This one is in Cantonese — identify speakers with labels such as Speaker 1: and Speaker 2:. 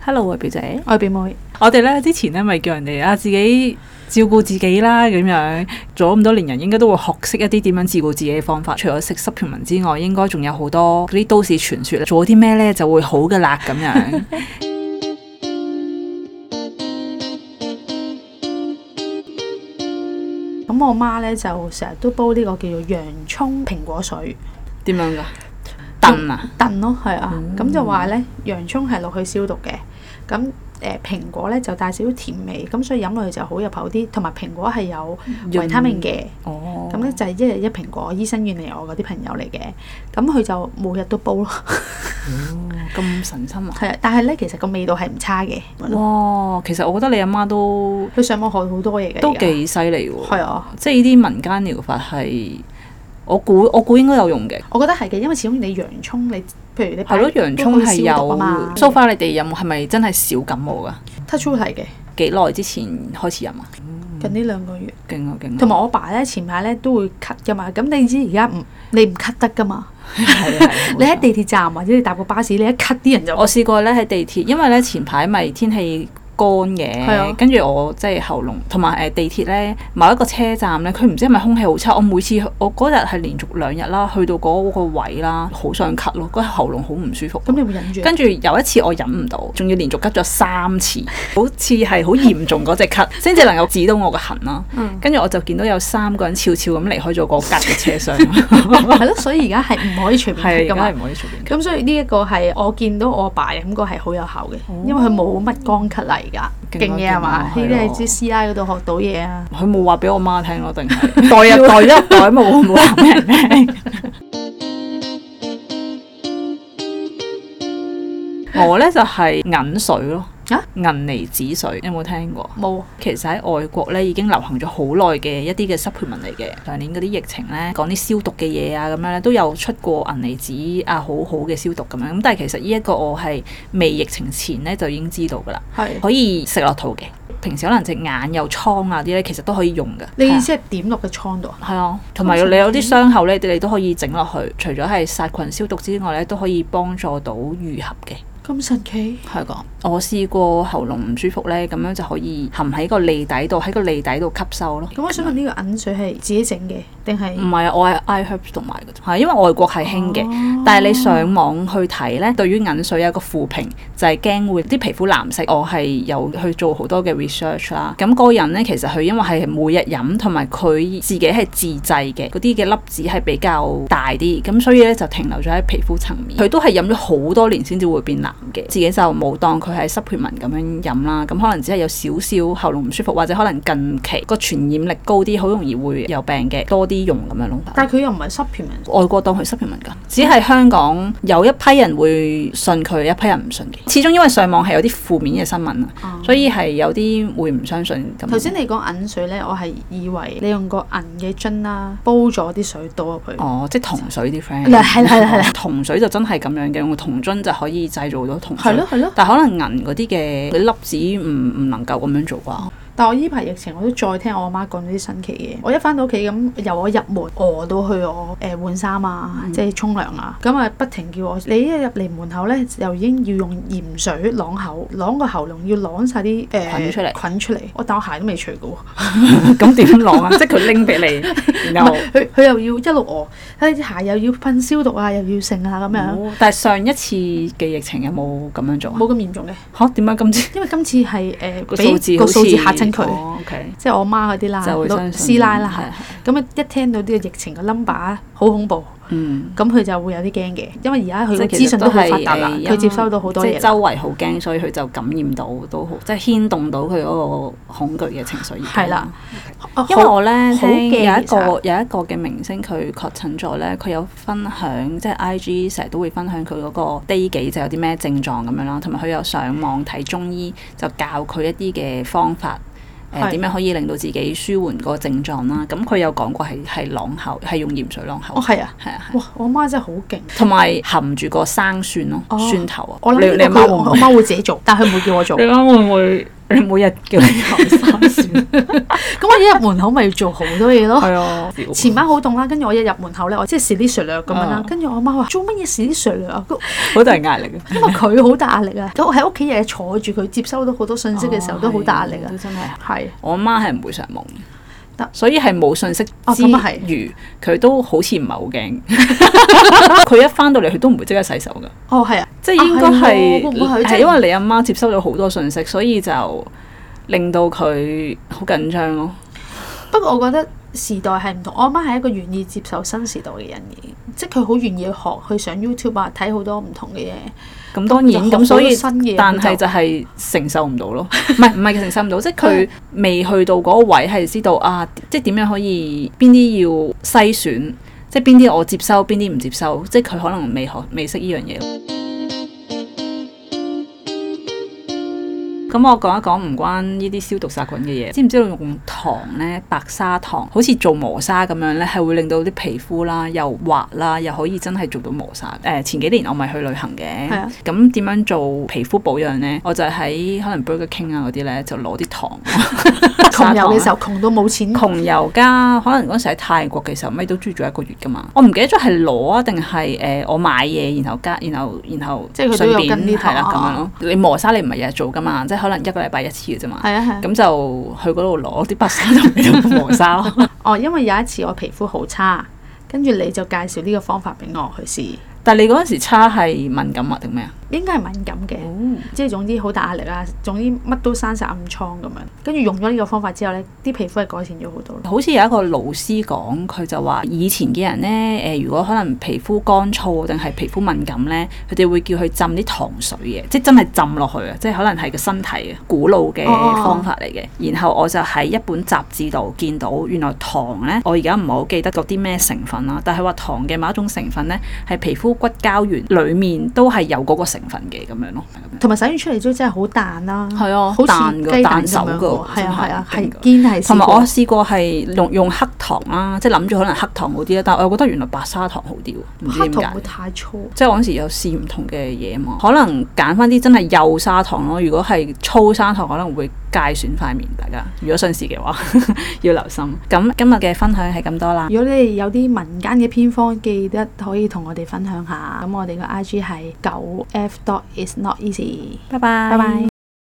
Speaker 1: Hello 啊，表姐，我係表妹。我哋咧之前咧咪叫人哋啊自己照顧自己啦，咁樣做咗咁多年人，應該都會學識一啲點樣照顧自己嘅方法。除咗食 supplement 之外，應該仲有好多嗰啲都市傳說，做啲咩咧就會好噶啦咁樣。
Speaker 2: 咁我媽咧就成日都煲呢個叫做洋葱蘋果水
Speaker 1: 點樣噶？燉啊，
Speaker 2: 燉咯，係啊，
Speaker 1: 嗯
Speaker 2: 咁、就話咧洋葱係落去消毒嘅，咁誒、呃蘋果咧就帶少少甜味，咁所以飲落去就好入口啲，同埋蘋果係有維他命嘅，
Speaker 1: 哦
Speaker 2: 咁咧、就係一日一蘋果，醫生遠離我嗰啲朋友嚟嘅，咁佢就每日都煲咯，
Speaker 1: 咁神心啊！
Speaker 2: 係啊，但係咧其實個味道係唔差嘅，
Speaker 1: 嗯哇，哦其實我覺得你阿媽都
Speaker 2: 佢上網學好多嘢嘅，
Speaker 1: 都
Speaker 2: 而家
Speaker 1: 幾犀利喎。
Speaker 2: 係啊。
Speaker 1: 即啊係呢啲民間療法係，我估我估應該有用嘅。
Speaker 2: 我覺得係嘅，因為始終你洋葱，你譬如你
Speaker 1: 係
Speaker 2: 擺
Speaker 1: 咯，洋葱係
Speaker 2: 都會消毒啊嘛
Speaker 1: 有。so far，你哋有冇係咪真係少感冒噶？
Speaker 2: touch wood 係嘅，
Speaker 1: 幾耐之前開始飲啊？
Speaker 2: 近呢兩個月。
Speaker 1: 勁啊勁啊！
Speaker 2: 同埋我爸咧前排咧都會咳噶嘛，咁你知而家唔你唔咳得噶嘛？
Speaker 1: 係啊 係啊
Speaker 2: 你喺地鐵站或者你搭個巴士，你一
Speaker 1: 嗯
Speaker 2: 咳啲人就哦
Speaker 1: 我試過咧喺地鐵，因為咧前排咪天氣乾
Speaker 2: 係啊
Speaker 1: 嘅，跟住我即係喉嚨同埋誒地鐵咧某一個車站咧，佢唔知係咪空氣好差，我每次我嗰日係連續兩日啦，去到嗰個位啦，好想咳咯，嗰日喉嚨好唔舒服。
Speaker 2: 咁你會忍住啊。
Speaker 1: 跟住有一次我忍唔到，仲要連續咳咗三次， 好似係好嚴重嗰只 咳，先至能夠止到我個痕啦。跟住我就見到有三個人悄悄咁離開咗個隔嘅車廂，
Speaker 2: 係咯，所以而家係唔可以隨便
Speaker 1: 係
Speaker 2: 咳
Speaker 1: 而家
Speaker 2: 噶
Speaker 1: 係
Speaker 2: 嘛。
Speaker 1: 唔可以隨便咳。
Speaker 2: 咁所以呢一個係我見到我爸飲過係好有效嘅，因為佢冇乜乾咳嚟㗎，
Speaker 1: 哦勁
Speaker 2: 勁
Speaker 1: 啊
Speaker 2: 嘢係嘛？呢
Speaker 1: 勁啊
Speaker 2: 啲
Speaker 1: 係
Speaker 2: 係
Speaker 1: 咯
Speaker 2: 知師奶嗰度學到嘢啊。
Speaker 1: 佢冇話俾我媽聽咯，定係 代入代入 代冇冇話俾人聽。我呢就係銀水咯，
Speaker 2: 啊
Speaker 1: 銀離子水有冇聽過？
Speaker 2: 冇
Speaker 1: 其實喺外國咧已經流行咗好耐嘅一啲嘅 supplement 嚟嘅，上年嗰啲疫情咧講啲消毒嘅嘢啊咁樣咧都有出過銀離子啊好好嘅消毒咁樣，咁但係其實呢一個我係未疫情前咧就已經知道㗎啦，
Speaker 2: 係
Speaker 1: 可以食落肚嘅。平時可能隻眼有瘡啊啲咧，其實都可以用㗎。
Speaker 2: 你
Speaker 1: 係
Speaker 2: 意
Speaker 1: 啊
Speaker 2: 思係點落個倉度啊？
Speaker 1: 係啊，同埋你有啲傷口咧，你都可以整落去。除咗係殺菌消毒之外咧，都可以幫助到愈合嘅。
Speaker 2: 咁神奇，
Speaker 1: 係講，我試過喉嚨唔舒服咧，咁樣就可以含喺個脷底度，喺個脷底度吸收咯。
Speaker 2: 咁我想問呢個銀水係自己整嘅定係
Speaker 1: 唔係啊，我係 iHerb 同埋嘅啫，係啊因為外國係興嗯嘅，
Speaker 2: 哦
Speaker 1: 但係你上網去睇咧，對於銀水有一個負評，就係驚會啲皮膚藍色。我係有去做好多嘅 research 啦。咁嗰個人咧，其實佢因為係每日飲，同埋佢自己係自製嘅，嗰啲嘅粒子係比較大啲，咁所以咧就停留咗喺皮膚層面。佢都係飲咗好多年先至會變藍嘅，自己就冇當佢係 supplement 咁樣飲啦。咁可能只係有少少喉嚨唔舒服，或者可能近期個傳染力高啲，好容易會有病嘅，多啲用咁樣咯。
Speaker 2: 但係佢又唔係 supplement，
Speaker 1: 外國當佢 supplement 㗎，只係香港有一批人會信佢，一批人唔信嘅。始終因為上網係有啲負面嘅新聞啊，所以係有啲會唔相信咁。
Speaker 2: 哦頭先你講銀水咧，我係以為你用個銀嘅樽啦，煲咗啲水倒入去。
Speaker 1: 哦，即係銅水啲 friend，
Speaker 2: 嗱係啦係啦係啦，
Speaker 1: 銅水就真係咁樣嘅，用個銅樽就可以製造到銅水。
Speaker 2: 係咯係咯，
Speaker 1: 但可能銀嗰啲嘅嗰啲粒子唔唔能夠咁樣做啩。
Speaker 2: 但我依排疫情我都再聽我阿媽講咗啲新奇嘢。我一翻到屋企咁，由我入門餓到去我誒、呃、換衫啊，
Speaker 1: 嗯
Speaker 2: 即係沖涼啊，咁啊不停叫我，你一入嚟門口咧，就已經要用鹽水啷口，啷個喉嚨要啷晒啲誒
Speaker 1: 菌出嚟
Speaker 2: 菌出嚟。我但我鞋都未除嘅喎，
Speaker 1: 咁點 攞啊？即係佢拎俾你，然後。
Speaker 2: 佢佢又要一路餓，睇啲鞋又要噴消毒啊，又要剩啊咁樣，
Speaker 1: 哦但係上一次嘅疫情有冇咁樣做啊？
Speaker 2: 冇咁嚴重嘅，
Speaker 1: 嚇點解今次
Speaker 2: 因為今次係誒
Speaker 1: 個數字
Speaker 2: 個
Speaker 1: 好似
Speaker 2: 數字嚇親佢。
Speaker 1: 哦？OK，
Speaker 2: 即係我媽嗰啲啦，
Speaker 1: 就會
Speaker 2: 啊老
Speaker 1: 相信
Speaker 2: 師奶啦
Speaker 1: 係係
Speaker 2: 嚇。咁啊一聽到呢個疫情嘅 number 啊好恐怖，
Speaker 1: 嗯。
Speaker 2: 咁佢就會有啲驚嘅，因為而家佢
Speaker 1: 即係
Speaker 2: 嘅資
Speaker 1: 其實
Speaker 2: 訊
Speaker 1: 都
Speaker 2: 都好
Speaker 1: 係
Speaker 2: 發達啦，
Speaker 1: 誒
Speaker 2: 佢接收到好多
Speaker 1: 即係
Speaker 2: 嘢
Speaker 1: 周
Speaker 2: 啦。
Speaker 1: 圍好驚，所以佢就感染到都好，即係牽動到佢嗰個恐懼嘅情緒。
Speaker 2: 係啦，啊
Speaker 1: 因為
Speaker 2: 好
Speaker 1: 我咧
Speaker 2: 好
Speaker 1: 聽有
Speaker 2: 驚
Speaker 1: 一個
Speaker 2: 其實
Speaker 1: 有一個嘅明星佢確診咗咧，佢有分享即係 I G 成日都會分享佢嗰個 day 幾就有啲咩症狀咁樣啦，同埋佢有上網睇中醫就教佢一啲嘅方法。誒
Speaker 2: 係
Speaker 1: 點樣可以令到自己舒緩個症狀啦？咁佢有講過係係啷口，係用鹽水啷口
Speaker 2: 哦，係啊，
Speaker 1: 係啊，係
Speaker 2: 哇！我媽真係好勁，
Speaker 1: 同埋含住個生蒜咯，
Speaker 2: 哦
Speaker 1: 蒜頭啊！
Speaker 2: 我諗
Speaker 1: 你
Speaker 2: 呢
Speaker 1: 你阿
Speaker 2: 個
Speaker 1: 媽
Speaker 2: 佢
Speaker 1: 會唔
Speaker 2: 我
Speaker 1: 會
Speaker 2: 媽會自己做，但係佢唔會叫我做
Speaker 1: 你。啱會唔會？你每日叫你行三線，
Speaker 2: 咁我一入門口咪要做好多嘢 咯。
Speaker 1: 係啊，
Speaker 2: 前排好凍啦，跟住我一入門口咧，我即係 s 啲 l 略咁樣啦
Speaker 1: 嗯，
Speaker 2: 跟住我媽話做乜嘢 s 啲 l 略啊？
Speaker 1: 好大壓力啊嘅。
Speaker 2: 因為佢好大壓力啊！咁我喺屋企日日坐住佢，接收到好多信息嘅時候都好大壓力啊
Speaker 1: 哦係！真係。
Speaker 2: 係
Speaker 1: 我媽係唔會上網
Speaker 2: 得
Speaker 1: 嘅，所以係冇信息
Speaker 2: 哦咁啊係
Speaker 1: 之餘，佢、都好似唔係好驚。 佢一翻到嚟，佢都唔會即刻洗手噶，
Speaker 2: 哦係啊，
Speaker 1: 即係應該
Speaker 2: 啊係喎會唔會
Speaker 1: 係
Speaker 2: 係
Speaker 1: 係
Speaker 2: 真係
Speaker 1: 因為你阿媽接收咗好多信息，所以就令到佢好緊張咯。
Speaker 2: 不過我覺得時代係唔同，我阿媽係一個願意接受新時代嘅人嘅，即係佢好願意去學，去上 YouTube 啊，睇好多唔同嘅嘢。
Speaker 1: 咁當然
Speaker 2: 就學
Speaker 1: 咁，所以
Speaker 2: 好多新嘢
Speaker 1: 但
Speaker 2: 佢
Speaker 1: 係就係承受唔到咯，唔係唔係承受唔到，即係佢未去到嗰個位係知道啊，即係點樣可以邊啲要篩選，即係邊啲我接收，邊啲唔接收，即係佢可能未學未識呢樣嘢。咁我講一講唔關呢啲消毒殺菌嘅嘢，知唔知道用糖呢？白砂糖，好似做磨砂咁樣呢，係會令到啲皮膚啦又滑啦，又可以真係做到磨砂。誒、前幾年我咪去旅行嘅
Speaker 2: 啊係啊，
Speaker 1: 咁點樣做皮膚保養呢？我就喺可能 Burger King 啊嗰啲呢，就攞啲 糖，砂
Speaker 2: 窮遊
Speaker 1: 糖啊
Speaker 2: 嘅時候窮到冇錢，
Speaker 1: 窮遊加可能嗰陣時喺泰國嘅時候，咪都住咗一個月噶嘛。我唔記得咗係攞啊定係誒我買嘢，然後加，然後然後
Speaker 2: 即係佢都有
Speaker 1: 順便
Speaker 2: 跟呢套
Speaker 1: 係啦咁樣
Speaker 2: 啊
Speaker 1: 咯。你磨砂你唔係日日做噶嘛，即係可能一個禮拜一次嘅啫嘛。
Speaker 2: 係啊係啊。
Speaker 1: 咁就去嗰度攞啲白砂同埋磨砂咯。
Speaker 2: 哦，因為有一次我皮膚好差，跟住你就介紹呢個方法俾我去試，
Speaker 1: 但係你嗰陣時差係敏感啊定咩啊？
Speaker 2: 應該係敏感嘅，
Speaker 1: 嗯
Speaker 2: 即係總之好大壓力啦，總之乜都生晒暗瘡咁樣。跟住用咗呢個方法之後呢，啲皮膚係改善咗好多咯。
Speaker 1: 好似有一個老師講，佢就話以前嘅人呢，誒、如果可能皮膚乾燥定係皮膚敏感呢，佢哋會叫佢浸啲糖水嘅，即係真係浸落去啊！即係可能係個身體嘅古老嘅
Speaker 2: 哦
Speaker 1: 方法嚟嘅。然後我就喺一本雜誌度見到，原來糖呢，我而家唔係好記得嗰啲咩成分啦，但係話糖嘅某一種成分呢，係皮膚骨膠原裡面都係有嗰個成分嘅咁樣咯。
Speaker 2: 同埋洗完出嚟都真嗯係好彈啦，
Speaker 1: 係啊
Speaker 2: 好
Speaker 1: 彈
Speaker 2: 似
Speaker 1: 㗎
Speaker 2: 雞蛋
Speaker 1: 彈
Speaker 2: 咁
Speaker 1: 手
Speaker 2: 樣
Speaker 1: 㗎
Speaker 2: 喎，係
Speaker 1: 真
Speaker 2: 啊
Speaker 1: 係
Speaker 2: 係啊，係
Speaker 1: 真㗎
Speaker 2: 堅係試過。
Speaker 1: 同埋我試過係用用黑糖啦，即係諗住可能黑糖好啲啊啦，但係我覺得原來白砂糖好啲喎，唔知
Speaker 2: 黑
Speaker 1: 點
Speaker 2: 糖
Speaker 1: 解
Speaker 2: 會。太粗，
Speaker 1: 即係我嗰時有試唔同嘅嘢嘛，可能揀翻啲真係幼砂糖咯。如果係粗砂糖，可能會界損塊面。大家如果想試嘅話， 要留心。咁今日嘅分享係咁多啦。
Speaker 2: 如果你哋有啲民間嘅偏方，記得可以同我哋分享下。咁我哋嘅 I G 係九 F dot is not easy。
Speaker 1: 拜拜，
Speaker 2: 拜拜。